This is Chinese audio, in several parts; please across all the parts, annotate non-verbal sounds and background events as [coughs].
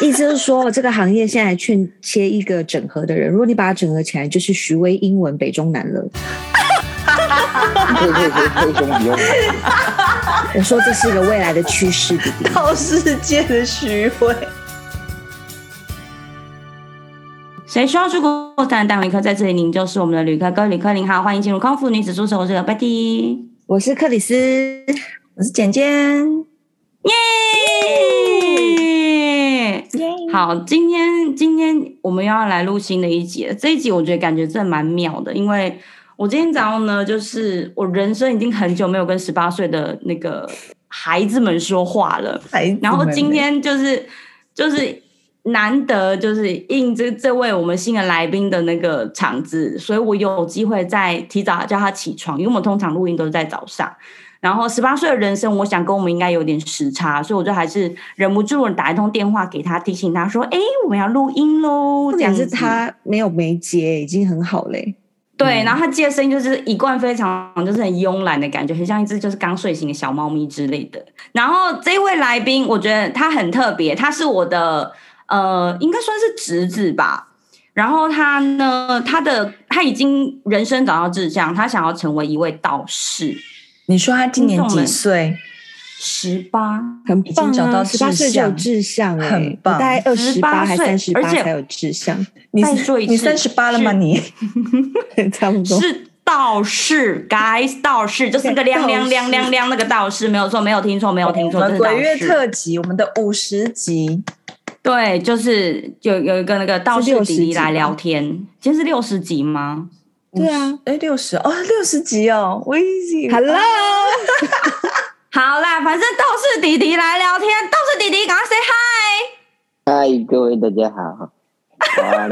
意思是说，这个行业现在缺缺一个整合的人。如果你把它整合起来，就是徐威英文北中南了。对对对，黑熊比较我说这是一个未来的趋势，弟弟。到世界的徐慧，谁需要出国？当然，大维科在这里，您就是我们的旅客。各位旅客您好，欢迎进入康复女子宿舍，我是 Betty。我是克里斯，我是简简，耶！耶！好，今天今天我们又要来录新的一集了。这一集我觉得感觉真的蛮妙的，因为我今天早上呢，就是我人生已经很久没有跟十八岁的那个孩子们说话了。孩子然后们今天就是就是难得就是应这这位我们新的来宾的那个场子，所以我有机会在提早叫他起床，因为我们通常录音都是在早上。然后十八岁的人生，我想跟我们应该有点时差，所以我就还是忍不住打一通电话给他，提醒他说：“哎，我们要录音喽。”重这点样是子他没有梅接，已经很好嘞。嗯对，然后它接的声音就是一贯非常就是很慵懒的感觉，很像一只就是刚睡醒的小猫咪之类的。然后这位来宾，我觉得他很特别，他是我的呃，应该算是侄子吧。然后他呢，他的他已经人生找到志向，他想要成为一位道士。你说他今年几岁？十八，很已棒经找啊！到十志八向岁就有志向哎、很棒我大概二十八18还岁三十而八且才有志向， [laughs] 你再说一次你三十八了吗？是你差不多。是道士，guys，道士就是那个亮亮亮亮亮那个道士，没有错，没有听错，没有听我错，这们是道士。鬼月特辑，我们的五十集，对，就是有有一个那个道士60弟弟集吗来聊天，今天是六十集吗？对啊 [laughs] 哎，六十哦，六十集哦，我已经，Hello，好啦，反正道士弟弟来聊天，道士弟弟赶快 say [laughs] hi。嗨，各位大家好，晚安。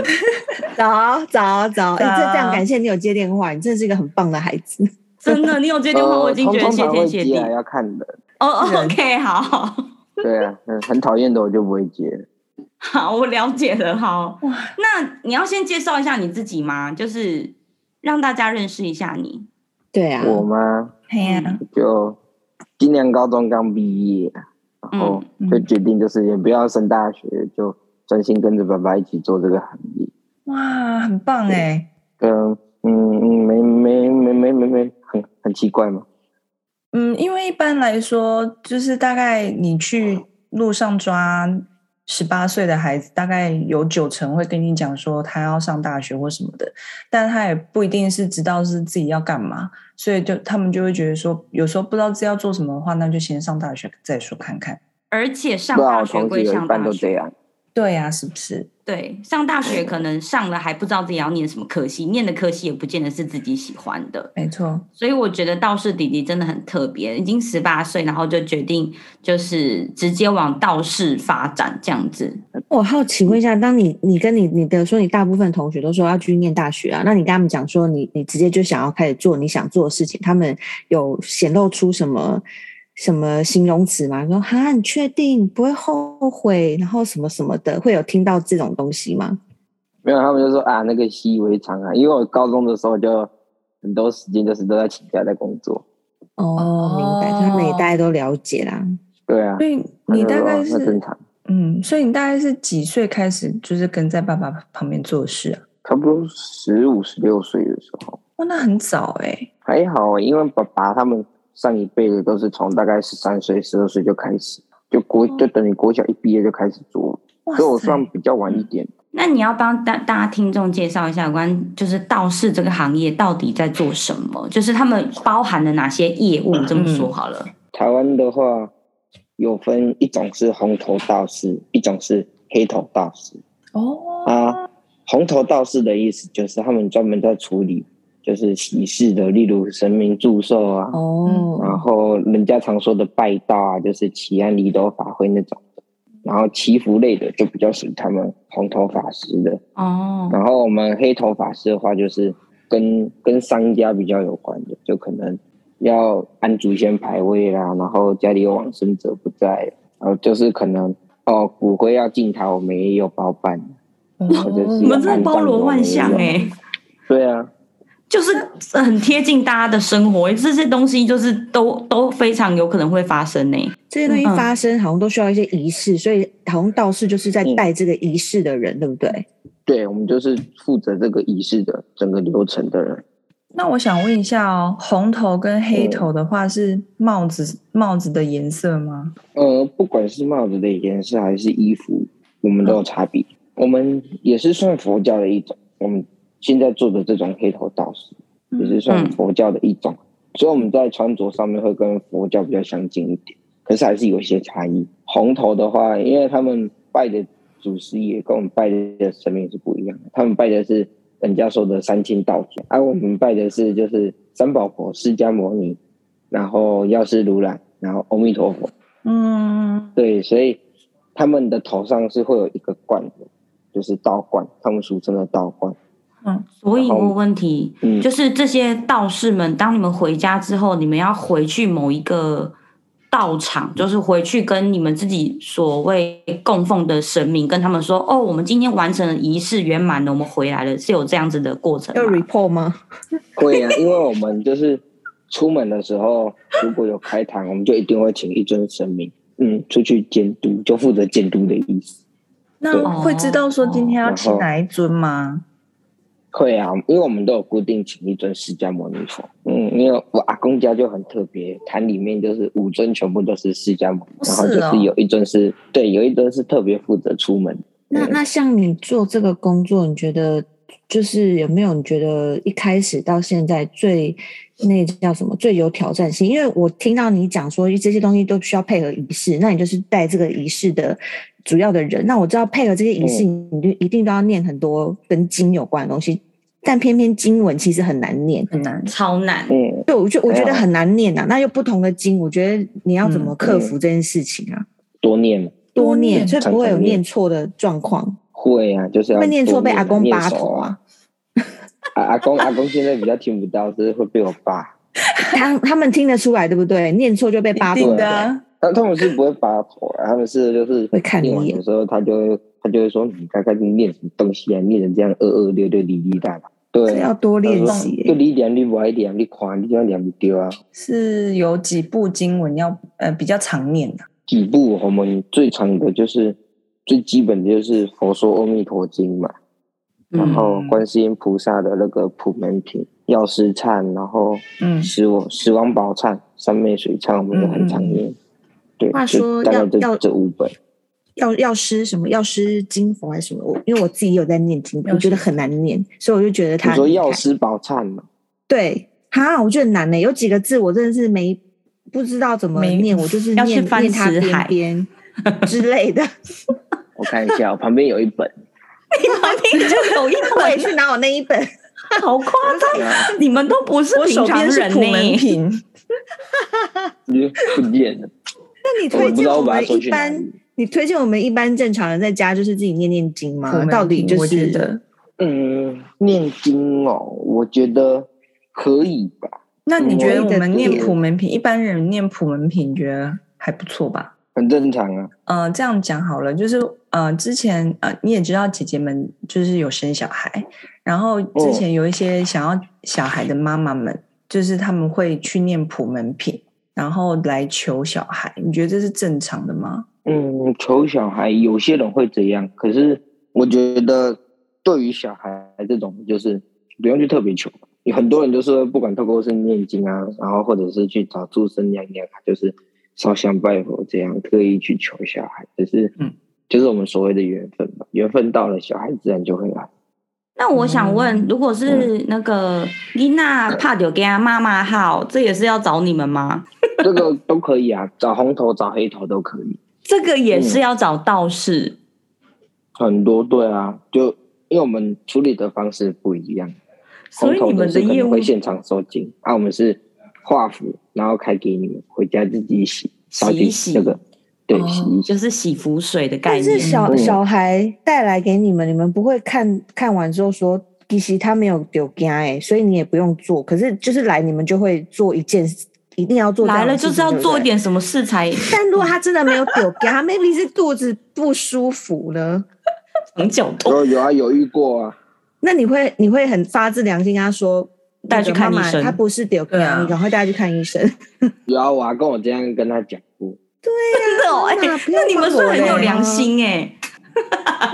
早早早！哎、这早非常感谢你有接电话，你真的是一个很棒的孩子。 [laughs] 真的，你有接电话，我已经觉呃得通谢通常天会谢接地啊。要啊看的。哦、o k 好对啊，嗯，很讨厌的我就不会接。好，我了解了。好，那你要先介绍一下你自己吗？就是让大家认识一下你。对啊，我吗？嘿呀，就今年高中刚毕业，然后嗯就决定就是也不要升大学，就专心跟着爸爸一起做这个行业。哇，很棒哎！嗯嗯嗯，没没没没没没，很很奇怪嘛。嗯，因为一般来说，就是大概你去路上抓十八岁的孩子，大概有九成会跟你讲说他要上大学或什么的，但他也不一定是知道是自己要干嘛，所以就他们就会觉得说，有时候不知道自己要做什么的话，那就先上大学再说看看。而且上不然大啊我学同学归有上一半大都这学，样。嗯对呀、是不是？对，上大学可能上了还不知道自己要念什么科系，念的科系也不见得是自己喜欢的。没错，所以我觉得道士弟弟真的很特别，已经十八岁，然后就决定就是直接往道士发展这样子。我好奇问一下，当你你跟你你的说，你大部分同学都说要去念大学啊，那你跟他们讲说你你直接就想要开始做你想做的事情，他们有显露出什么什么形容词吗？说哈，你确定不会后悔，然后什么什么的，会有听到这种东西吗？没有，他们就说啊，那个习以为常啊。因为我高中的时候就很多时间就是都在请假在工作。哦，明白，他们也大概都了解啦。对啊，所以他你就大说概哦那正是常，嗯，所以你大概是几岁开始就是跟在爸爸旁边做事啊？差不多十五十六岁的时候哇，那很早哎、还好，因为爸爸他们上一辈的都是从大概十三岁、十二岁就开始，就国哦就等于国小一毕业就开始做，哇所以我塞算比较晚一点。那你要帮大大家听众介绍一下有关就是道士这个行业到底在做什么，就是他们包含了哪些业务？这么说好了，台湾的话有分一种是红头道士，一种是黑头道士。哦啊，红头道士的意思就是他们专门在处理就是喜事的，例如神明祝寿啊，然哦，后人家常说的拜道啊，就是祈安离斗法会那种的，然后祈福类的就比较属于他们红头法师的，哦，然后我们黑头法师的话就是跟跟商家比较有关的，就可能要安祖先牌位啦，然后家里有往生者不在，然后就是可能哦骨灰要进台，我们也有包办，哦或者是你们真的包罗万象哎、对啊，就是很贴近大家的生活，欸这些东西就是都都非常有可能会发生呢、这些东西嗯发生好像都需要一些仪式，所以好像道士就是在带这个仪式的人，对不对？啊对我们就是负责这个仪式的整个流程的人。那我想问一下哦，红头跟黑头的话是帽子帽子的颜色吗？呃，不管是帽子的颜色还是衣服，我们都有差别。我们也是算佛教的一种，我们现在做的这种黑头道士也是算佛教的一种，所以我们在穿着上面会跟佛教比较相近一点，可是还是有一些差异。红头的话，因为他们拜的祖师爷跟我们拜的神明是不一样的，他们拜的是人家说的三清道祖，而、我们拜的是就是三宝佛、释迦牟尼，然后药师如来，然后阿弥陀佛。嗯，对，所以他们的头上是会有一个冠的，就是道冠，他们俗称的道冠。所以我有问题，嗯，就是这些道士们，当你们回家之后，你们要回去某一个道场，就是回去跟你们自己所谓供奉的神明，跟他们说：“哦，我们今天完成了仪式，圆满了，我们回来了。”是有这样子的过程要吗？ report 吗？会啊，因为我们就是出门的时候，如果有开堂，我们就一定会请一尊神明，嗯，出去监督，就负责监督的意思。那对会知道说今天要请然后哪一尊吗？会啊，因为我们都有固定请一尊释迦牟尼佛。嗯，因为我阿公家就很特别，坛里面就是五尊全部都是释迦牟尼，然后是就哦是有一尊是，对，有一尊是特别负责出门。那嗯那像你做这个工作，你觉得就是有没有你觉得一开始到现在最那叫什么最有挑战性？因为我听到你讲说这些东西都需要配合仪式，那你就是带这个仪式的主要的人。那我知道配合这些仪式，你就一定都要念很多跟经有关的东西，但偏偏经文其实很难念。很难。超难，嗯，对，我觉我觉没得有很难念呐、那又不同的经，我觉得你要怎么克服这件事情啊？多念嘛多念，多念所以不会有常常念念错的状况，会啊，就是要会念错被阿多公念扒啊念熟头啊啊。。啊阿公阿公现在比较听不到，就是会被我扒。他他们听得出来，对不对？念错就被一扒定头的了。啊，但他们是不会扒头啊，他们是就是会看你一念眼完的时候，他就会他就会说你该该念什么东西啊，念成这样二二六六哩哩哒哒。所对以啊，要多练他习欸说、就你念你歪念，你看你这样念不对啊。是有几部经文要呃比较常念的、几部我们最长的就是最基本的就是《佛说阿弥陀经》嘛，然嗯，后观世音菩萨的那个普门品、药师忏，然后嗯十王十王宝忏、三昧水忏，我们都很常念。对，嗯话就说大概要这要这五本，药药师什么药师经佛还是什么？我因为我自己有在念经，药师我觉得很难念，所以我就觉得你他说药师宝忏嘛，对哈，我觉得难呢、欸有几个字我真的是没不知道怎么没念，我就是要去念翻念它词海边边之类的。我看一下，我旁边有一本，你旁边就有一我也本，去拿我那一本， [laughs] 好夸 [laughs] 那张！你们都不是我平手常边是人普呢、门 [laughs] 品，你不念了，那你我 [laughs] 推不知荐道我把它们收一去哪般里。你推荐我们一般正常人在家就是自己念念经普吗？门呃到底品就我觉是得，嗯，念经哦，我觉得可以吧。那你觉得我我们念的普门品，一般人念普门品，你觉得还不错吧？很正常啊，呃，这样讲好了，就是呃，之前呃，你也知道姐姐们就是有生小孩，然后哦之前有一些想要小孩的妈妈们，就是他们会去念普门品，然后来求小孩，你觉得这是正常的吗？嗯，求小孩有些人会这样，可是我觉得对于小孩这种，就是不用去特别求。有很多人就是不管透过是念经啊，然后或者是去找诸生娘娘啊，就是烧香拜佛这样，特意去求小孩，只是嗯，就是我们所谓的缘分吧。缘分到了，小孩自然就会来。那我想问，如果是那个丽娜怕丢给她妈妈号，这也是要找你们吗？这个都可以啊，找红头找黑头都可以，这个也是要找道士，很多对啊，就因为我们处理的方式不一样。所以你们红头的是业可能务会现场收金，啊，我们是画符，然后开给你们回家自己洗，洗烧一去洗这个，对，哦洗一洗。嗯就是洗浮水的概但念是。小嗯小孩带来给你们，你们不会看看完之后说，其实他没有丢家哎，所以你也不用做。可是就是来，你们就会做一件，一定要做这来样的了事情。就是要做一点什么事才对不对。但如果他真的没有丢家，他 maybe 是肚子不舒服呢，长久 [laughs] 痛。有有啊，有遇过啊，那你会你会很发自良心跟他说，带去看那个医妈妈生。她不是丢给对啊你赶快带她去看医 [laughs] 生。有啊，我还跟我这样跟他讲过，真的哦，哎、妈妈不要那你们算很有骂我嘞良心哎、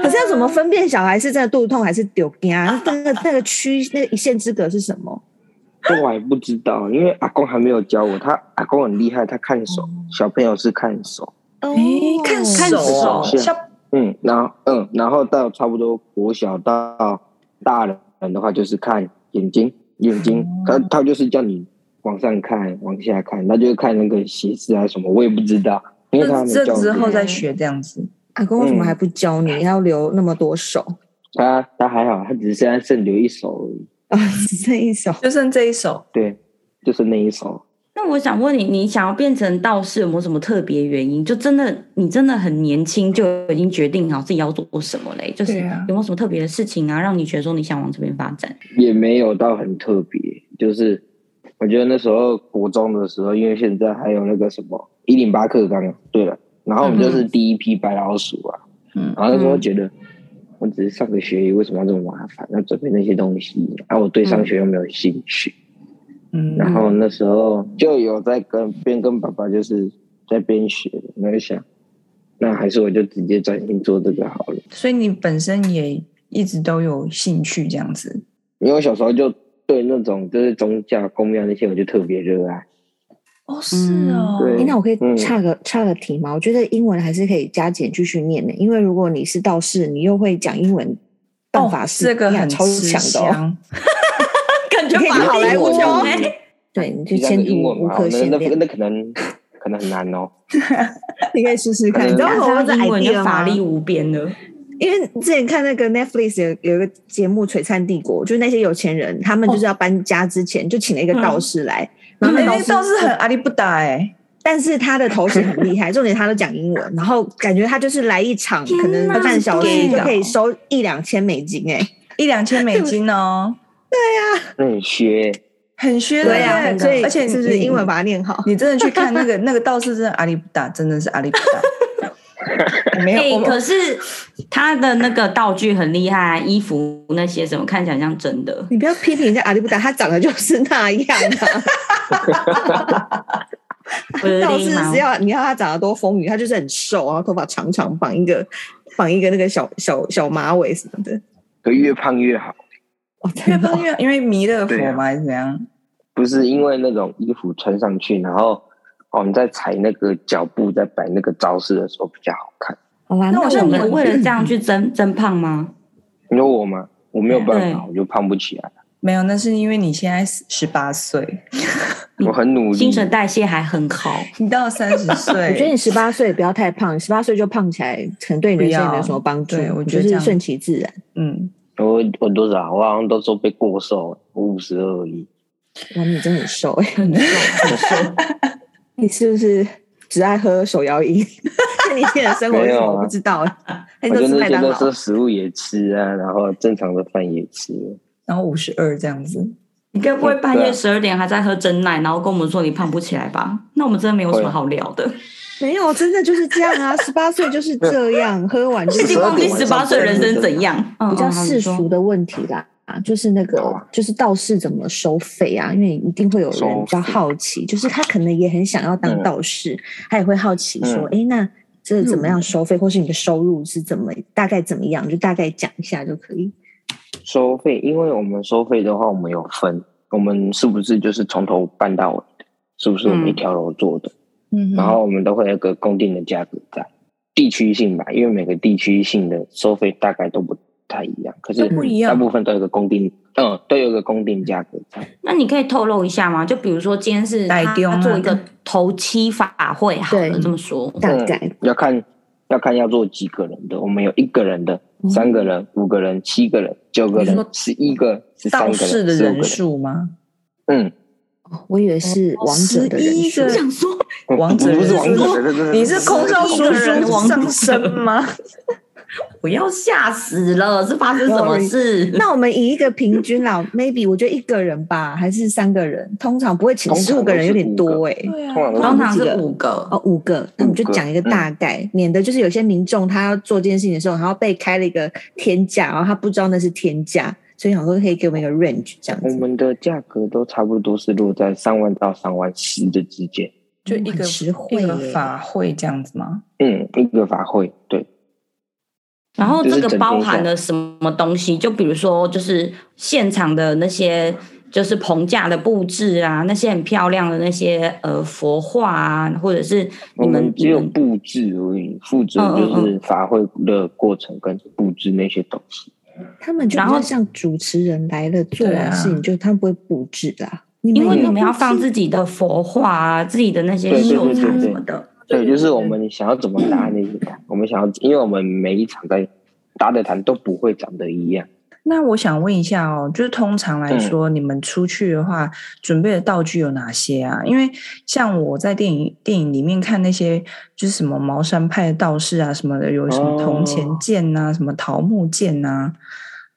可是要怎么分辨小孩是真的肚子痛还是丢给啊？那个那个区那个一线之隔是什么？这我还不知道，因为阿公还没有教我。他阿公很厉害，他看哦手，小朋友是看手，哦诶看看手哦，手像嗯，然后嗯，然后到差不多国小到大人的话，就是看眼睛，眼哦睛，他他就是叫你往上看，往下看，他就是看那个斜视啊什么，我也不知道，因为他还没这教之我后。再学这样子。阿啊公为什么嗯还不教你？要留那么多手他他还好，他只是现在剩留一手而已，啊？ [laughs] 只剩一手。就剩这一首，对，就是那一手。那我想问你，你想要变成道士有没有什么特别原因？就真的你真的很年轻就已经决定好自己要做什么嘞？就是对啊有没有什么特别的事情啊，让你觉得说你想往这边发展？ [laughs] 也没有到很特别，就是我觉得那时候国中的时候，因为现在还有那个什么一零八课纲，对了，然后我们就是第一批白老鼠啊，嗯然后那时候觉得我只是上个学，为什么要这么麻烦？要准备那些东西，然后我对上学又没有兴趣，嗯，然后那时候就有在跟边跟爸爸就是在边学，我就想，那还是我就直接专心做这个好了。所以你本身也一直都有兴趣这样子。因为我小时候就对那种就是宗教、公庙那些，我就特别热爱。哦，嗯对诶那我可以嗯岔个、岔个题吗？我觉得英文还是可以加减继续念的，因为如果你是道士，你又会讲英文，办法是、哦这个你俩很超吃强的、哦。香。感觉你可以法去好莱力坞无哦穷哎、对，你就第三前个途英文无嘛，可那限那量，那可能可能很难哦。你可以试试看。可能你知道然为什么会后英文是就 idea 法吗力无边了。因为之前看那个 Netflix 有有一个节目《璀璨帝国》，就是那些有钱人，他们就是要搬家之前、就请了一个道士来， [laughs] 然后那那哎那道倒士，是很阿力不达哎，但是他的头衔很厉 [laughs] 害，重点他都讲英文，然后感觉他就是来一场天可能哪半小对时就哦可以收一两千美金哎、一 [laughs] 两千美金哦，那你学很削对啊呀、的，真的所以而且是不是你英文把它念好？你真的去看那个 [laughs] 那个道士，真的阿里不达，真的是阿里不达。 [laughs] 我没哎、有，我可是他的那个道具很厉害，衣服那些什么看起来像真 [laughs] 的。你不要批评人家阿里不达，他长得就是那样 [laughs] 啊。我有道点士毛只要你要他长得多丰腴，他就是很瘦，然后头发长长，绑一个绑一个那个小小小马尾什么的。可越胖越好，哦，越真的哦碰越因为弥勒对佛啊嘛，还是怎样？不是因为那种衣服穿上去，然后我们在踩那个脚步，在摆那个招式的时候比较好看。好啦，那我我想那们嗯你问们为了这样去增增胖吗？你说我吗？我没有办法，对我就胖不起来。没有，那是因为你现在十八岁，嗯我很努力新，陈代谢还很好，你到三十岁，我觉得你十八岁不要太胖，十八岁就胖起来，可能对你人生也没有什么帮助。不要对我你觉得就这是样顺其自然。嗯，我我多少啊？我好像都说被过瘦，我五十二而已。哇，你真的很瘦哎、很瘦很瘦。你是不是只爱喝手摇饮？ [laughs] 那你现在生活是什么？没有啊我不知道哎、还是我都就吃是麦觉当得劳说食物也吃啊，然后正常的饭也吃。然后五十二这样子，你该不会半对夜啊十二点还在喝真奶，然后跟我们说你胖不起来吧？那我们真的没有什会么啊好聊的。没有，真的就是这样啊！十八岁就是这样，喝完就已经忘记十12八岁人生怎样，嗯比较世。嗯好俗你说的问题啦，啊，就是那个、好啊就是道士怎么收费啊？因为一定会有人比较好奇，就是他可能也很想要嗯当道士，他也会好奇说，哎、那这怎么嗯样收费，或是你的收入是怎么大概怎么样，就大概讲一下就可以。收费，因为我们收费的话，我们有分，我们是不是就是从头办到尾的？是不是我们一条龙做的？嗯然后我们都会有一个固定的价格在，地区性吧，因为每个地区性的收费大概都不太一样，可是都不一样大部分都有一个公定，嗯，都有一个公定价格在。那你可以透露一下吗？就比如说今天是台他中啊做一个头七法会，好了，对这么说。大嗯概、要看要看要做几个人的，我们有一个人的、嗯三个人、五个人、七个人、九个你人说、十一个、十三道个士人、的十五人个人，数吗？嗯，哦我以为是王者的人数11我个想说，王者我不人是王数者，对你是空少一叔个人叔王者上身吗？我要吓死了，是发生什么 [laughs] 事？那我们以一个平均啦，maybe 我觉得一个人吧，还是三个人，通常不会请通常十五个人，有点多哎、对啊通常都是通常几是个五个，哦，五个，那我们就讲嗯一个大概，免得就是有些民众他要做这件事情的时候，然后被开了一个天价，然后他不知道那是天价，所以想说可以给我们一个 range 这样哦我子，们的价格都差不多是落在三万到三万四的之间。就嗯一很个实惠一个耶法会这样子吗？嗯，一个法会，对，然后就是这个整包天下含了什么东西？就比如说，就是现场的那些，就是棚架的布置啊，那些很漂亮的那些呃佛画啊，或者是我你们们只有你们布置而已，负责就是法会的过程跟布置那些东西。他们就然不后是像主持人来了做对完啊事情就他们不会布置啦，你因为也你们要布放置自己的佛画啊，自己的那些对对秀对场对什对么的，对，就是我们想要怎么搭那些毯，我们想要，因为我们每一场在搭的毯都不会长得一样。嗯那我想问一下哦，就是通常来说，你们出去的话，准备的道具有哪些啊？因为像我在电影电影里面看那些，就是什么茅山派的道士啊什么的，有什么铜钱哦剑呐、什么桃木剑呐、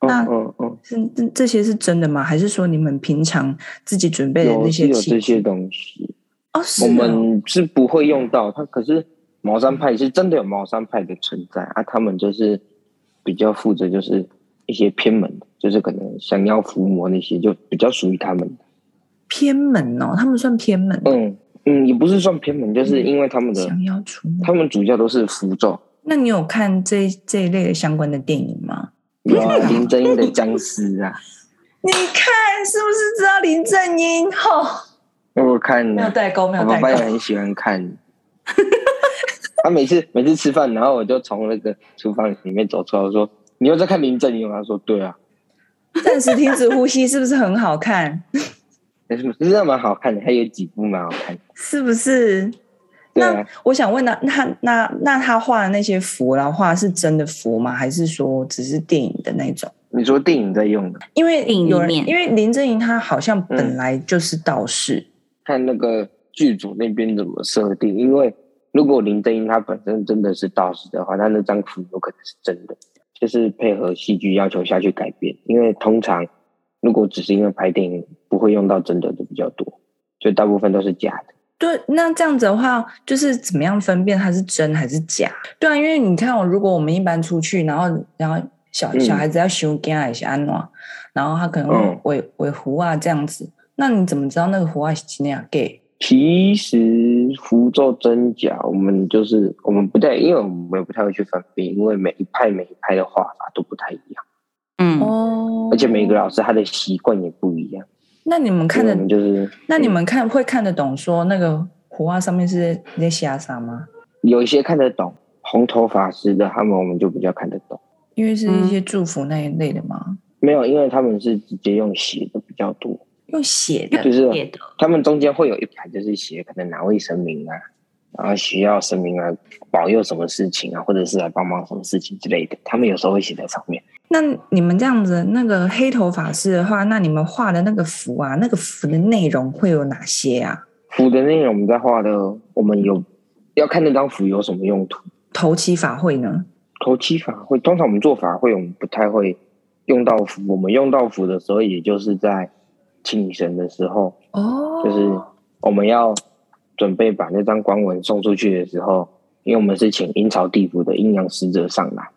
嗯那嗯嗯，是这这些是真的吗？还是说你们平常自己准备的有那是些有器这些具？东西，哦，是我哦们是不会用到它。可是茅山派是真的有茅山派的存在啊，他们就是比较负责就是一些偏门的，就是可能想要伏魔那些，就比较属于他们。偏门哦，他们算偏门，嗯嗯，也不是算偏门，就是因为他们的降妖除魔他。们主教都是符咒，那你有看这这一类的相关的电影吗？有啊，林正英的僵尸 [laughs] 啊，你看哎是不是知道林正英？ [laughs] 吼、我看没有了，代沟，没有我爸代爸也沟。 [laughs] 很喜欢 [laughs] 看。他每次每次吃饭，然后我就从那个厨房里面走出来，我说：“你又在看林正英吗？”他说：“对啊。”暂时停止呼吸是不是很好看？没什么，真的蛮好看的，还有几部蛮好看的。是不是？对啊那我想问他，那那那他画的那些符啦，画的是真的符吗？还是说只是电影的那种？你说电影在用的，因为电影有人，里面因为林正英他好像本嗯来就是道士，看那个剧组那边怎么设定，因为如果林正英他本身真的是道士的话，他那张符有可能是真的，就是配合戏剧要求下去改变。因为通常如果只是因为拍电影，不会用到真的的比较多，所以大部分都是假的。对，那这样子的话，就是怎么样分辨它是真还是假？对啊，因为你看哦，如果我们一般出去，然后然后小嗯小孩子要修干还是安暖，然后他可能嗯会尾尾胡啊这样子，那你怎么知道那个胡啊是真的 gay？其实符咒真假，我们就是我们不太，因为我们也不太会去分辨，因为每一派每一派的画法都不太一样，嗯，哦而且每个老师他的习惯也不一样。那你们看因为得我们就是，那你们看会看得懂说那个胡啊上面是在下啥吗？有一些看得懂红头法师的，他们我们就比较看得懂。因为是一些祝福那一类的吗？没有，因为他们是直接用写的比较多，用写的就，也是的他们中间会有一排就是写可能哪位神明啊，然后需要神明来保佑什么事情啊，或者是来帮忙什么事情之类的，他们有时候会写在上面。那你们这样子，那个黑头法师的话，那你们画的那个符啊，那个符的内容会有哪些啊？符的内容我们在画的，我们有要看那张符有什么用途。头七法会呢？头七法会，通常我们做法会，我们不太会用到符。我们用到符的时候，也就是在请神的时候，哦就是我们要准备把那张官文送出去的时候，因为我们是请阴曹地府的阴阳使者上来，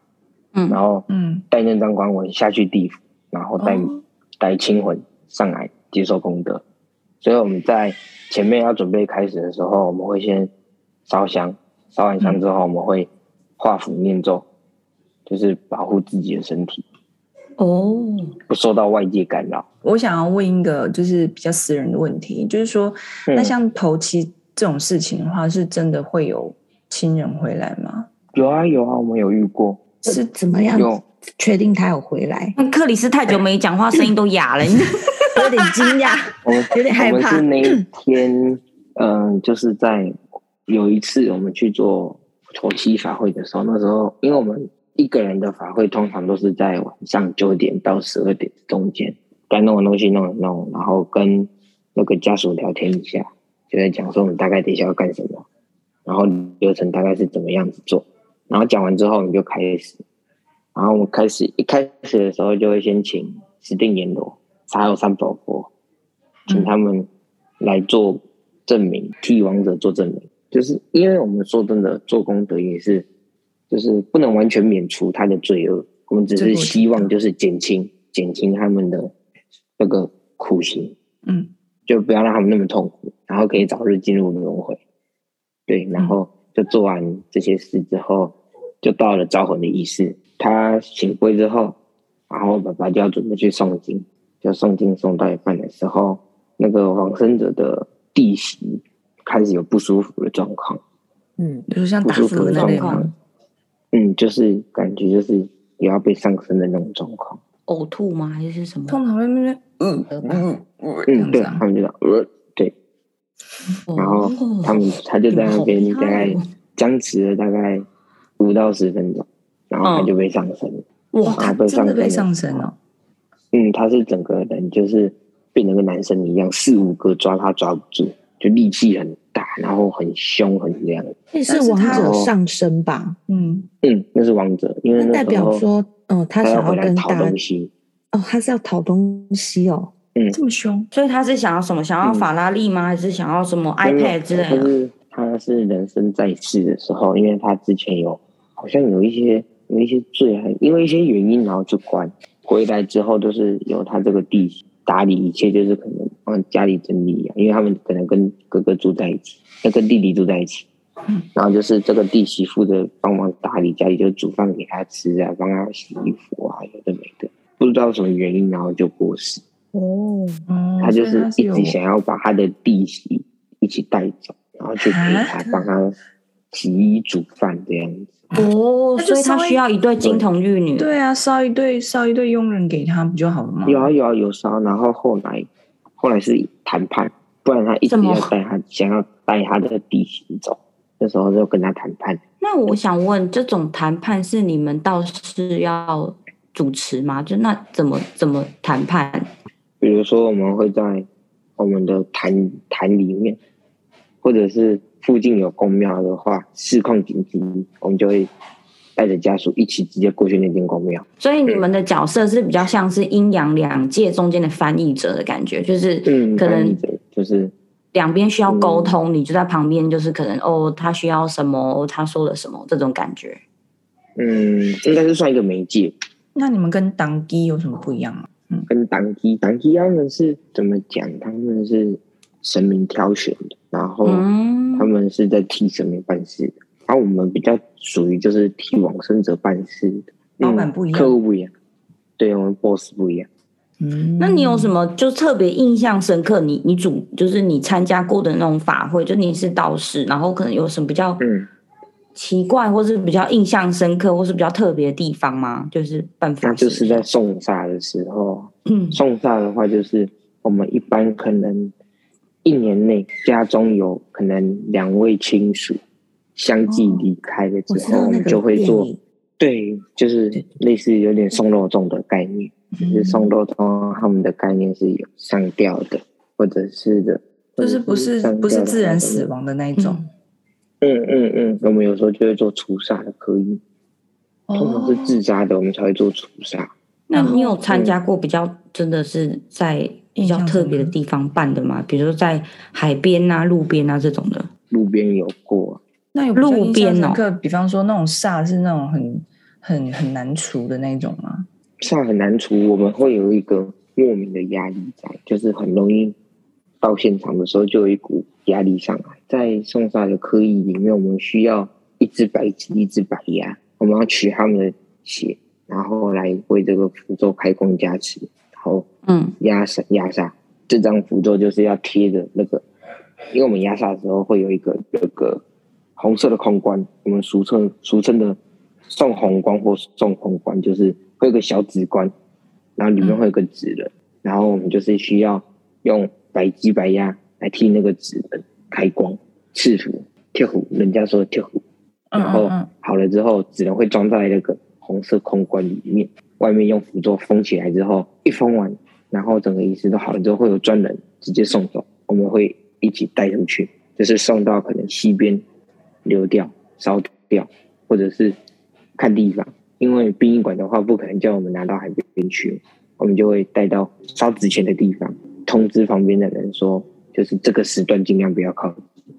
嗯然后嗯，带那张官文下去地府，然后带、哦带清魂上来接受功德。所以我们在前面要准备开始的时候，我们会先烧香，烧完香之后，我们会画符念咒，就是保护自己的身体，哦，不受到外界干扰。我想要问一个就是比较私人的问题，就是说，嗯那像头七这种事情的话，是真的会有亲人回来吗？有啊有啊，我们有遇过，是怎么样有确定他有回来？那克里斯太久没讲话，声音都哑了，你 [laughs] 我有点惊讶，我们有点害我们怕是。那一天，嗯、就是在有一次我们去做头七法会的时候，那时候因为我们一个人的法会通常都是在晚上九点到十二点中间，该弄的东西弄一弄，然后跟那个家属聊天一下，就在讲说我们大概等一下要干什么，然后流程大概是怎么样子做，然后讲完之后你就开始，然后我们开始一开始的时候就会先请指定阎罗、沙有三宝佛。请他们来做证明，替王者做证明。就是因为我们说真的，做功德也是，就是不能完全免除他的罪恶，我们只这个是我知希道望就是减轻减轻他们的这个苦刑，嗯，就不要让他们那么痛苦，然后可以早日进入轮回。对，然嗯后就做完这些事之后，就到了招魂的仪式。他醒归之后，然后爸爸就要准备去诵经，就诵经诵到一半的时候，那个往生者的弟媳开始有不舒服的状况。嗯，比如像不打舒服嗝的那状类况吗？。嗯，就是感觉就是也要被上身的那种状况。呕吐吗？还是什么？通常会那边嗯嗯嗯这嗯，样对子啊他，们就讲呃，对，然后哦他嗯们他就在那边大概你们好僵持了大概五到十分钟，然后他就被上身了。啊哇，哇，他真的被上身哦，嗯，他是整个人就是变得跟男生一样，四五个抓他抓不住，就力气很大，然后很凶很这样。那但是是王他者哦上升吧？嗯，嗯，那是王者，因为那那代时表候说，嗯，他他想要回来跟讨大家东西。哦，他是要讨东西哦，这么凶，所以他是想要什么？想要嗯法拉利吗？还是想要什么没有 iPad 之类他的？是他是人生在世的时候，因为他之前有好像有一些有一些罪，还因为一些原因，然后去关。回来之后都是由他这个弟打理一切，就是可能帮家里整理啊，因为他们可能跟哥哥住在一起，要跟弟弟住在一起。然后就是这个弟媳负责啊帮忙打理家里，就煮饭给他吃啊，帮他洗衣服啊，有的没的，不知道什么原因，然后就过世。哦，哦，他就所以是他是一有直想要把他的弟媳一起带走，然后去陪他啊，帮他洗衣煮饭这样子。哦， [laughs] 那就所以他稍微需要一对金童玉女。对啊，烧一对烧一对佣人给他不就好了吗？有啊有啊有烧，然后后来后来是谈判，不然他一直怎么要带他想要带他的弟媳走，那时候就跟他谈判。那我想问，这种谈判是你们倒是要主持吗？就那怎么怎么谈判？比如说我们会在我们的坛坛里面，或者是附近有公庙的话，市况紧急，我们就会带着家属一起直接过去那间公庙。所以你们的角色是比较像是阴阳两界中间的翻译者的感觉，就是嗯，可翻译能者就是两边需要沟通，你就在旁边，就是可能哦，他需要什么，他说了什么这种感觉。嗯，应该是算一个媒介，那你们跟当机有什么不一样吗？跟党基党基他们是怎么讲？他们是神明挑选的，然后嗯他，们是在替神明办事的，而、我们比较属于就是替往生者办事的。嗯老板不一样客户不一样，对我们 boss 不一样。嗯，那你有什么就特别印象深刻？你你主就是你参加过的那种法会，就你是道士，然后可能有什么比较嗯，奇怪，或是比较印象深刻，或是比较特别的地方吗？就是办法那师，就是在送煞的时候，嗯送煞的话，就是我们一般可能一年内家中有可能两位亲属相继离开了我之知后，道我那们个就会电做影对，就是类似有点送肉粽的概念，嗯就是送肉粽他们的概念是有上吊的，或者是的，或者就是不是上不是吊的自然话死。亡的那一种？嗯嗯嗯，我们有时候就会做除煞的可以，哦嗯通常是自杀的，我们才会做除煞。那然后你有参加过比较真的是在比较特别的地方办的吗？比如说在海边啊、路边啊这种的。路边有过，那有比较路印象边深哦刻，比方说那种煞是那种很很很难除的那种吗？煞很难除，我们会有一个莫名的压力在，就是很容易到现场的时候就有一股压力上来。在送煞的科仪里面，我们需要一只白鸡，一只白鸭，我们要取他们的血，然后来为这个符咒开工加持，然后嗯，压煞压煞。这张符咒就是要贴着那个，因为我们压煞的时候会有一个那个红色的空冠，我们俗称俗称的送红冠或送空冠，就是会有个小纸冠，然后里面会有个纸人，然后我们就是需要用白鸡白鸭来替那个纸人开光赐福贴符，人家说贴符，嗯然后嗯嗯，好了之后，纸人会装在那个红色空罐里面，外面用符咒封起来之后，一封完，然后整个仪式都好了之后，会有专人直接送走，我们会一起带出去，就是送到可能西边流掉、烧掉，或者是看地方，因为殡仪馆的话不可能叫我们拿到海边去，我们就会带到烧纸钱的地方，通知旁边的人说，就是这个时段尽量不要靠近，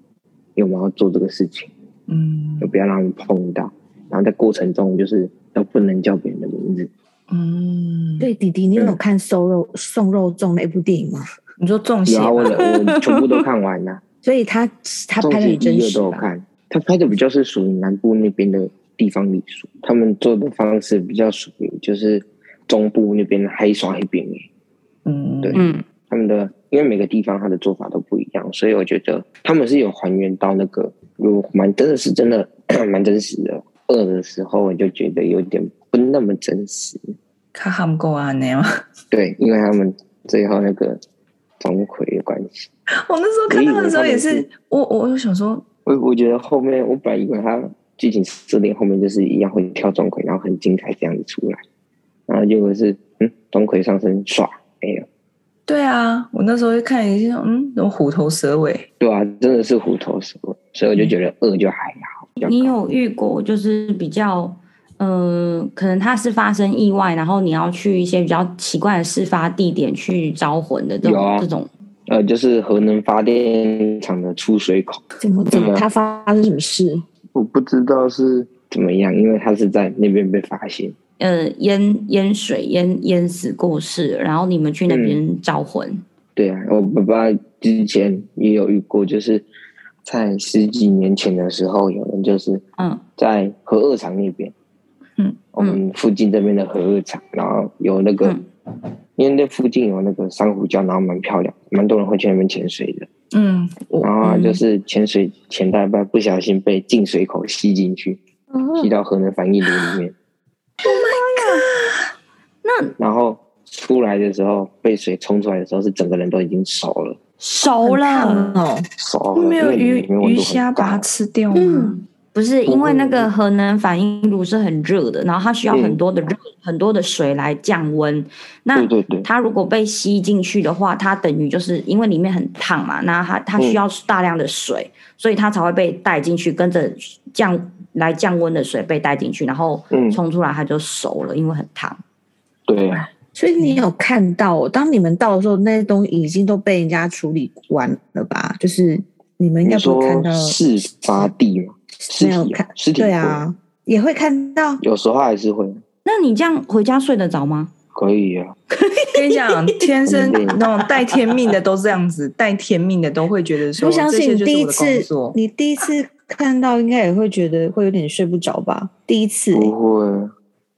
因为我们要做这个事情。嗯就不要让他们碰到。然后在过程中，就是都不能叫别人的名字，嗯，对，弟弟，你有看《瘦肉送肉粽》那部电影吗？你说中邪有啊，吗我我全部都看完了，所以他 [laughs] 他中拍的级很一真二实啊都有吧看。他拍的比较是属于南部那边的地方礼俗，他们做的方式比较属于就是中部那边的黑耍黑边欸嗯，对嗯他们的，因为每个地方他的做法都不一样，所以我觉得他们是有还原到那个，如果蛮真的是真的 [coughs] 蛮真实的。饿的时候我就觉得有点不那么真实，看韩国啊那样。 [laughs] 对，因为他们最后那个钟馗的关系，我那时候看到的时候也是，我我就想说，我我觉得后面我本来以为他剧情设定后面就是一样会跳钟馗，然后很精彩这样子出来，然后结果是嗯钟馗上身唰哎没了，对啊，我那时候就看一下，嗯，怎么虎头蛇尾？对啊，真的是虎头蛇尾，所以我就觉得饿就还好，比较你有遇过就是比较，呃，可能他是发生意外，然后你要去一些比较奇怪的事发地点去招魂的这有种、啊这种，呃就是核能发电厂的出水口，怎么怎么嗯他发生什么事？我不知道是怎么样，因为他是在那边被发现，呃，淹淹水淹淹死过世，然后你们去那嗯边招魂，对啊，我爸爸之前也有遇过，就是在十几年前的时候，有人就是嗯在核二厂那边，嗯，我们附近这边的核二厂，然后有那个，嗯因为那附近有那个珊瑚礁，然后蛮漂亮，蛮多人会去那边潜水的，嗯，我然后啊就是潜水潜到一半，不小心被进水口吸进去，嗯哦吸到核能反应炉里 [laughs] 面，那然后出来的时候被水冲出来的时候，是整个人都已经熟了，熟很烫了，哦，熟了，没有因为鱼里面温鱼度虾很把它高。吃掉吗？嗯。不是因为那哦个核能反应炉是很热的，然后它需要很嗯多的热、很多的水来降温。那对对对，它如果被吸进去的话，它等于就是因为里面很烫嘛，那嗯它它需要大量的水，所以它才会被带进去，跟着降来降温的水被带进去，然后嗯冲出来它就熟了，因为很烫。对啊，所以你有看到哦、当你们到的时候，那些东西已经都被人家处理完了吧？就是你们应你该不说会看到，事发地嘛，尸没有体哦看，尸体对会，啊，也会看到。有时候还是会那你这样回家睡得着吗？可以啊，跟你讲，天生嗯那种带天命的都这样子，带天命的都会觉得说，不相信你这些就是第一我的工次作，。你第一次看到，应该也会觉得会有点睡不着吧？第一次、欸不会，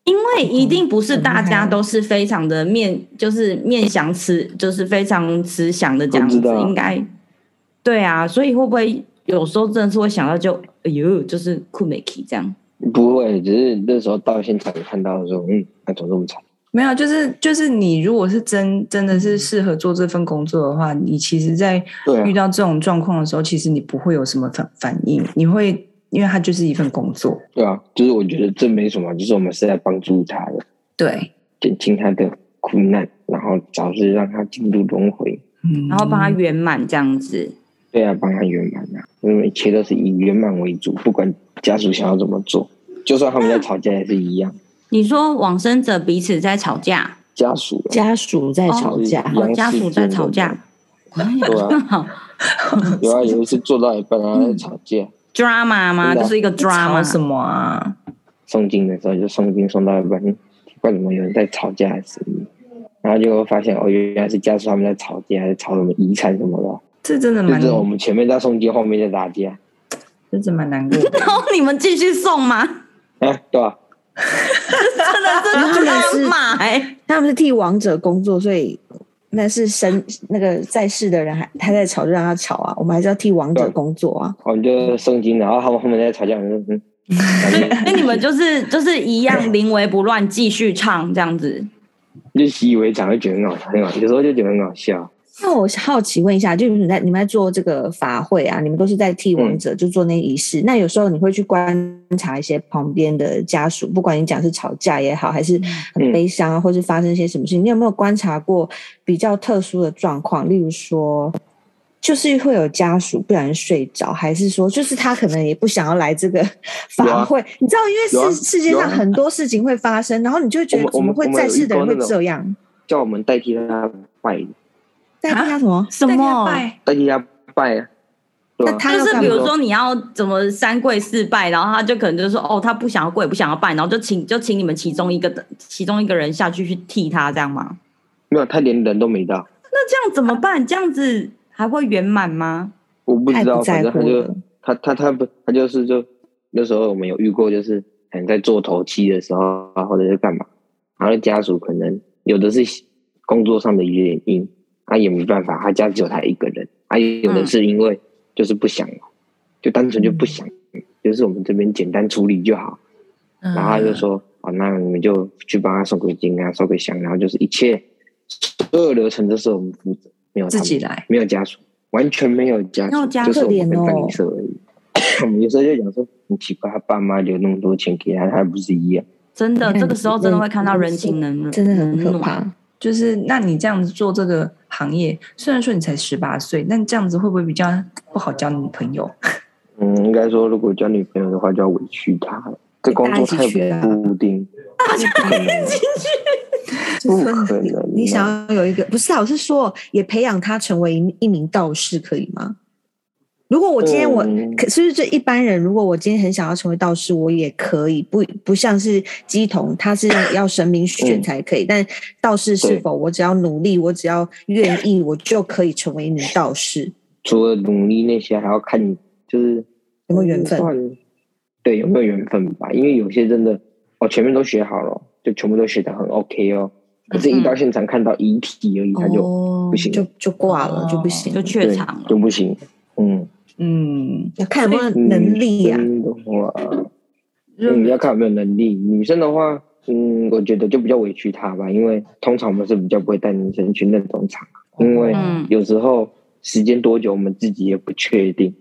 因为一定不是大很厉家害都是非常的面，就是面向慈，就是非常慈祥的这样子，我知道应该对啊，所以会不会有时候真的是会想到就哎呦，就是酷美 k 这嗯样？不会，只是那时候到现场看到的时候，嗯，那怎么这么惨？没有，就是就是你如果是真真的是适合做这份工作的话，你其实，在对啊遇到这种状况的时候，其实你不会有什么反反应，你会因为它就是一份工作，对啊，就是我觉得这没什么，就是我们是在帮助他的，对，减轻他的苦难，然后早日让他进入轮回。嗯然后帮他圆满这样子。对啊，帮他圆满啊，因为一切都是以圆满为主，不管家属想要怎么做，就算他们在吵架也是一样，你说往生者彼此在吵架，家属啊家属在吵架，哦，杨家氏属在尊吵重架，对啊， [laughs] 有啊，有一次做到一半然嗯后在吵架， drama 吗？真的啊就是一个吵 drama，什么啊？诵经的时候就诵经诵到一半，嗯奇怪怎么有人在吵架的声音，然后结果发现哦，原来是家属他们在吵架，还是吵什么遗产什么的，这真的就蛮，嗯是我们前面在诵经，后面在打架，这真的蛮难过 [laughs] 的。然后你们继续送吗？ [laughs] 啊，对吧、真的然后是他们是 drama 哎，他们是替王者工作，所以那是生那个在世的人还他在吵就让他吵啊，我们还是要替王者工作啊。我们就诵经，然后他们后面在吵架，我们就嗯， [laughs] 所哎以你们就是就是一样临危不乱，继续唱这样子。就习以为常，就觉得很好笑，很好笑，有时候就觉得很好笑。那我好奇问一下，就是你在你们在做这个法会啊，你们都是在替嗯王者就做那仪式。那有时候你会去观察一些旁边的家属，不管你讲是吵架也好，还是很嗯悲伤啊，或是发生一些什么事情，你有没有观察过比较特殊的状况？例如说，就是会有家属不然睡着，还是说，就是他可能也不想要来这 [laughs] 个法会？你知道，因啊有为啊世、世界有上啊很多事情会发生，然后你就会觉得我怎们么我们会我们在有世的人遇会过那种这样？叫我们代替他拜，在听他什么？什那天么？拜代替他拜啊，那他就要是干比嘛？如说你要怎么三跪四拜，然后他就可能就说哦，他不想要跪，不想要拜，然后就请就请你们其中一个的其中一个人下去去替他这样吗？没有，他连人都没到，那这样怎么办？这样子还会圆满吗？我不太知不道，在反正他乎就了他他他不他就是就那时候我们有遇过，就是可能在做头七的时候啊，或者是干嘛，然后家属可能有的是工作上的原因，他、也没办法，他家只有他一个人，啊，有嗯的是因为就是不想，就单纯就不想，嗯就是我们这边简单处理就好，然然后他就，说：“好，那你们就去帮他送个金啊，烧个香，然后就是一切所有流程都是我们负责，没有他自们己来没有家属，完全没有家没有属，家就是我可们怜跟哦葬仪社而已。 [coughs] 我们有时候就讲说，很奇怪，他爸妈留那么多钱给他，他还不是一样？真的，你看这个时候真的会看到人情冷暖，真的很可冷暖。怕。就是那你这样子做这个行业，虽然说你才十八岁，那你这样子会不会比较不好交女朋 [laughs] 友？嗯，应该说，如果交女朋友的话，就要委屈她了。这工作大家一起去太啊固定，不可能，就不是说可你能。你想要有一个，不是啊，我是说也培养他成为一一名道士，可以吗？如果我今天我、嗯可是这一般人，如果我今天很想要成为道士，我也可以，不不像是鸡童，他是要神明选才可以，但道士是嗯对否我只要努力，我只要愿意，我就可以成为一名道士？除了努力那些，还要看就是有没有缘分算对，有没有缘分吧？因为有些真的，哦，前面都学好了，就全部都学得很 OK 哦，可是，一到现场看到遗体而已，他就哦不行就就挂了，哦就不行就了。怯对场了就。不行。嗯，嗯，要看有没有女能力啊呀、生的话，嗯，要看有没有能力。女生的话，嗯，我觉得就比较委屈她吧，因为通常我们是比较不会带女生去那种场，哦因为嗯有时候时间多久我们自己也不确定，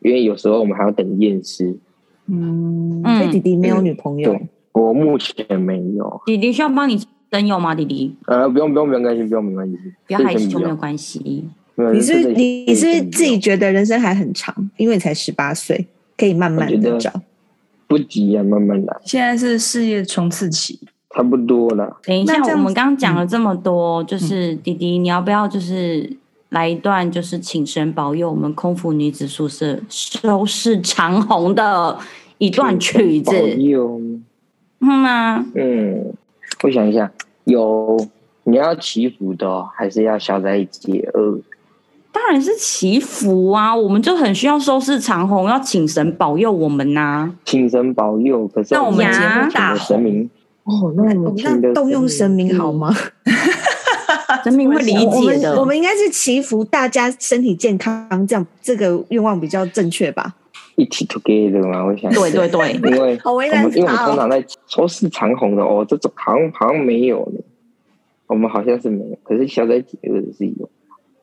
因为有时候我们还要等验尸。嗯所以弟嗯，弟没有嗯女朋友，对我目前没有，弟弟需要帮你征友吗？弟弟，呃，不用不用，没有关系，不用没关系，不要害这羞，些没没有有关系。没有你是不是这些你你是不这是些自己觉得人生还很长，因为你才十八岁，可以慢慢我觉的得找。不急啊，慢慢来，现在是事业冲刺期，差不多了。等一那下，这样我子嗯们刚刚讲了这么多，就是弟弟，你要不要就是来一段，就是请神保佑我们空服女子宿舍收视长虹的一段曲子嗯保，佑，嗯啊，嗯，我想一下，有你要祈福的哦、还是要消灾解厄？当然是祈福啊，我们就很需要收视长虹，要请神保佑我们呐、请神保佑，可是那我们请节目的大神明，哦，那我请那的动用神明好吗？ [laughs] 啊神明会理我解们的。我们应该是祈福大家身体健康，这样这个愿望比较正确吧？一起 together 嘛？我想一下对对对，因为好为我难们因为我们他通哦。常在超市长虹的哦，这种好像好像没有呢，我们好像是没有，可是消灾解厄的是有，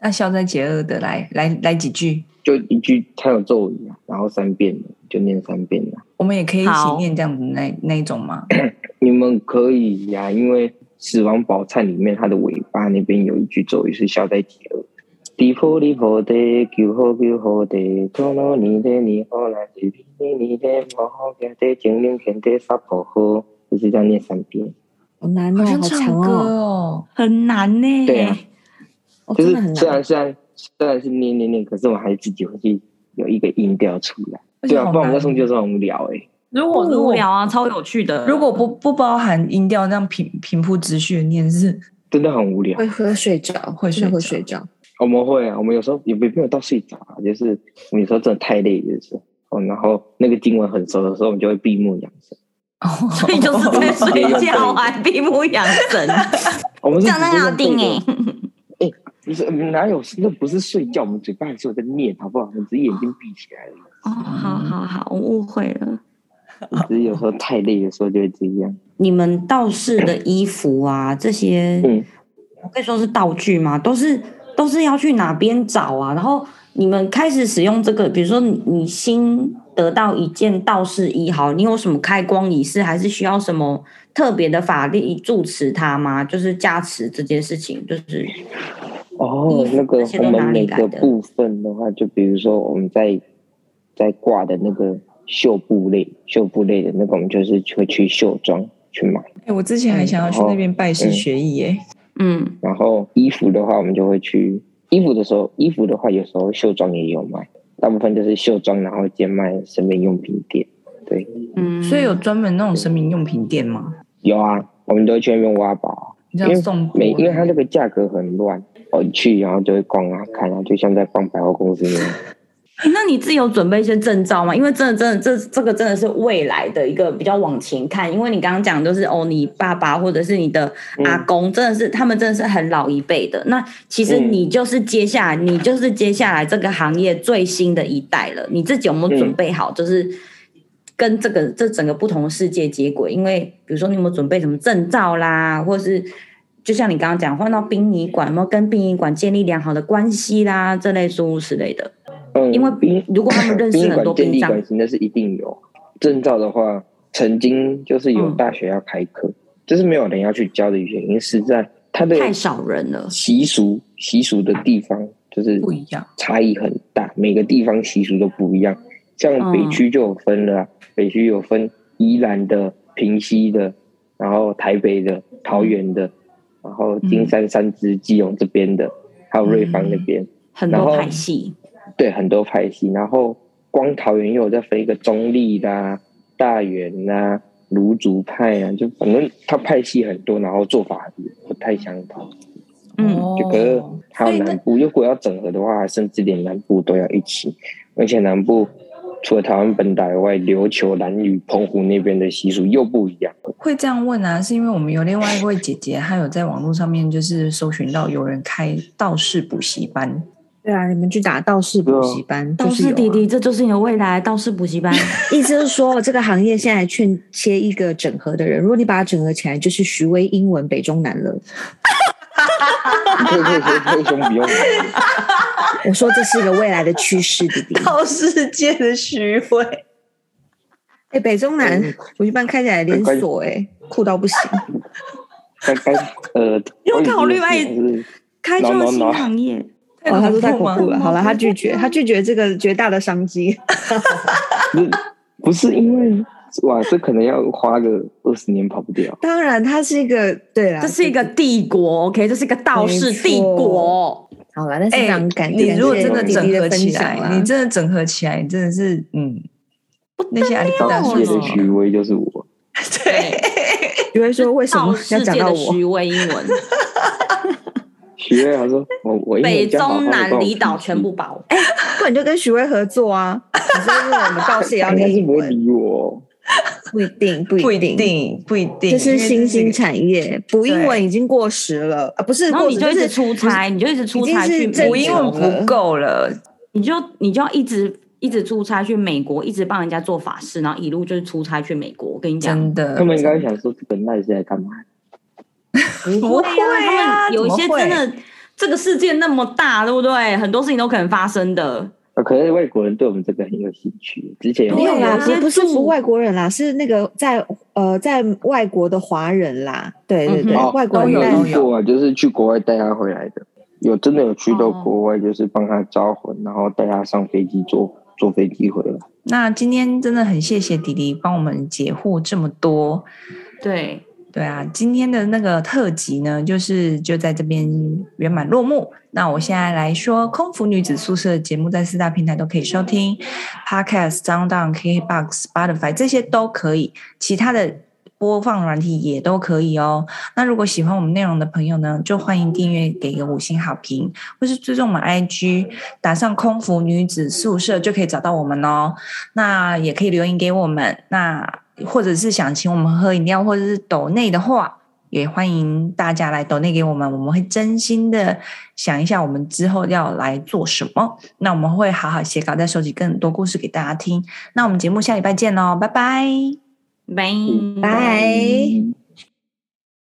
那消灾解厄的来来来几句，就一句它有咒语啊，然后三遍的就念三遍的。我们也可以一起好念这样子那那一种吗？你们可以呀、因为《死亡宝忏》里面它的尾巴那边有一句咒语是消灾解厄。地婆地婆的，救好救好的，陀罗尼的尼诃那提提尼尼的摩诃伽的，精灵天的萨婆诃，就是这样念三遍。好难哦，好唱长歌哦，哦，很难呢、对啊哦就真的是很虽难。然虽然虽然是念念念，可是我还自己会去有一个音调出来。而对且啊，好不然我难在哦。送旧的时候很无聊哎、欸。如不果如无果聊啊，超有趣的。如果不不包含音调，这样平平铺直叙的念是真的很无聊会，会睡着，会真的会睡睡着。我们会啊，我们有时候也没没有到睡着啊，就是我们有时候真的太累的时候，然后那个经文很熟的时候，我们就会闭目养神。哦， [laughs] 所以就是在睡觉还闭目养神，我们是这直样接这很好样背听的欸哎、不是哪有那不是睡觉，我们嘴巴还是有在念，好不好？我们只是眼睛闭起来而已。哦，好好好，我误会了。哦只是有时候太累的时候就会这样。你们道士的衣服啊，这些嗯，我可以说是道具吗？都是都是要去哪边找啊？然后你们开始使用这个，比如说你你新得到一件道士衣，好，你有什么开光仪式，还是需要什么特别的法力住持它吗？就是加持这件事情，就是哦衣，服那个这些都我哪们里每来个的部分的话，就比如说我们在在挂的那个绣布类、绣布类的那个，我们就是会去绣庄去买。哎、我之前还想要去那边拜师学艺耶、嗯，然后衣服的话，我们就会去衣服的时候，衣服的话有时候秀装也有卖，大部分就是秀庄，然后兼卖生命用品店。对，嗯，所以有专门那种生命用品店吗？有啊，我们都会去那边挖宝啊。你这因样为送货每因为它那个价格很乱，我去然后就会逛啊看啊，就像在逛百货公司一样。诶哎那你自己有准备一些证照吗？因为真的，真的，这这个真的是未来的一个比较往前看。因为你刚刚讲就是哦，你爸爸或者是你的阿公，真的是他们真的是很老一辈的。那其实嗯你就是接下来，你就是接下来这个行业最新的一代了。你自己有没有准备好？就是跟这个这整个不同的世界接轨？因为比如说你有没有准备什么证照啦，或是就像你刚刚讲，换到殡仪馆，有没有跟殡仪馆建立良好的关系啦，这类诸如此类的。嗯，因为殡如果他们认识殡仪很多馆建殡立葬关系，那是一定有证照的话，曾经就是嗯有大学要开课，就是没有人要去教的原因是在它的太少人了。习俗习俗的地方就是不一样，差异很大，每个地方习俗都不一样。像北嗯区就有分了啊、北区有分宜兰的、平西的，然后台北的、桃园的，然后金山、三芝、基隆这边的，还有瑞芳那边，很然多后派系，对，很多派系。然后光桃园又有再分一个中立的、啊、大园啊、卢竹派啊，就反正它派系很多，然后做法不太相同。嗯，哦这个还所以有那南部，如果要整合的话，甚至连南部都要一起。而且南部除了台湾本岛以外，琉球、兰屿、澎湖那边的习俗又不一样。 [laughs] 会这样问啊，是因为我们有另外一位姐姐，她有在网络上面就是搜寻到有人开道士补习班，对啊，你们去打道士补习班，道就是士有啊弟弟，这就是你的未来，道士补 [laughs] 习班。意思就是说，这个行业现在欠缺一个整合的人。如果你把它整合起来，就是徐威英文北中南了。可以可以可以可以，兄不用。我说这是一个未来的趋势，弟弟。道士界的徐慧，哎、北中南补习班开起来连锁、哎，酷到不行。该该呃，又考虑关于这个是开创创新新啊行行业，太哦，他说太恐怖恐吗怖了。好了，他拒绝，他拒绝这个绝大的商机。 [laughs] 不是不是因为哇，这可能要花个二十年跑不掉。当然，他是一个对啦，这是一个帝国，OK，这是一个道士没错帝国。好了，但是非常感哎你感如果谢真的弟整弟合的分起享啊啦来，你真的整合起来，你真的是嗯，那些阿里不达当数世界的徐威就是我，对，徐威说为什道么士要讲界到的我？ [laughs] 徐威英文，徐威他说我我英文北这样好嗯好的中南关我离岛屁事全部包。哎不然你就跟徐威合作啊。你说因为我们道士也要 [laughs] 他应该练是英不会文，理我哦。不一定，不不一一定。定，不一这定，因是为新一兴个产业，补英文已经过时了啊，不是然后过你时，就一是直出差，你就一直出差已经是去正补美英国文不够了，你就你就要一直一直出差去美国，一直帮人家做法事，然后一路就是出差去美国。我跟你讲，真的他们应该想说这个赖是在干嘛？不不会啊他们有一些怎么会真的，这个世界那么大，对不对？很多事情都可能发生的。啊，可是外国人对我们这个很有兴趣。之前有没有啦，对啊不不是住服外国人啦，是那个在呃在外国的华人啦，对对对，嗯哼外国人哦都有但都遇有过啊，就是去国外带他回来的，有真的有去哦到国外，就是帮他招魂，然后带他上飞机坐坐飞机回来。那今天真的很谢谢迪迪帮我们解惑这么多。对，对啊，今天的那个特辑呢，就是就在这边圆满落幕。那我现在来说，空服女子宿舍的节目在四大平台都可以收听，Podcast、Sound On、KKBox、Spotify 这些都可以，其他的播放软体也都可以哦。那如果喜欢我们内容的朋友呢，就欢迎订阅，给个五星好评，或是追踪我们 IG，打上“空服女子宿舍”就可以找到我们哦。那也可以留言给我们，那或者是想请我们喝饮料或者是抖内的话，也欢迎大家来抖内给我们，我们会真心的想一下我们之后要来做什么。那我们会好好写稿，再收集更多故事给大家听。那我们节目下礼拜见喽，拜拜。拜嗯拜。嗯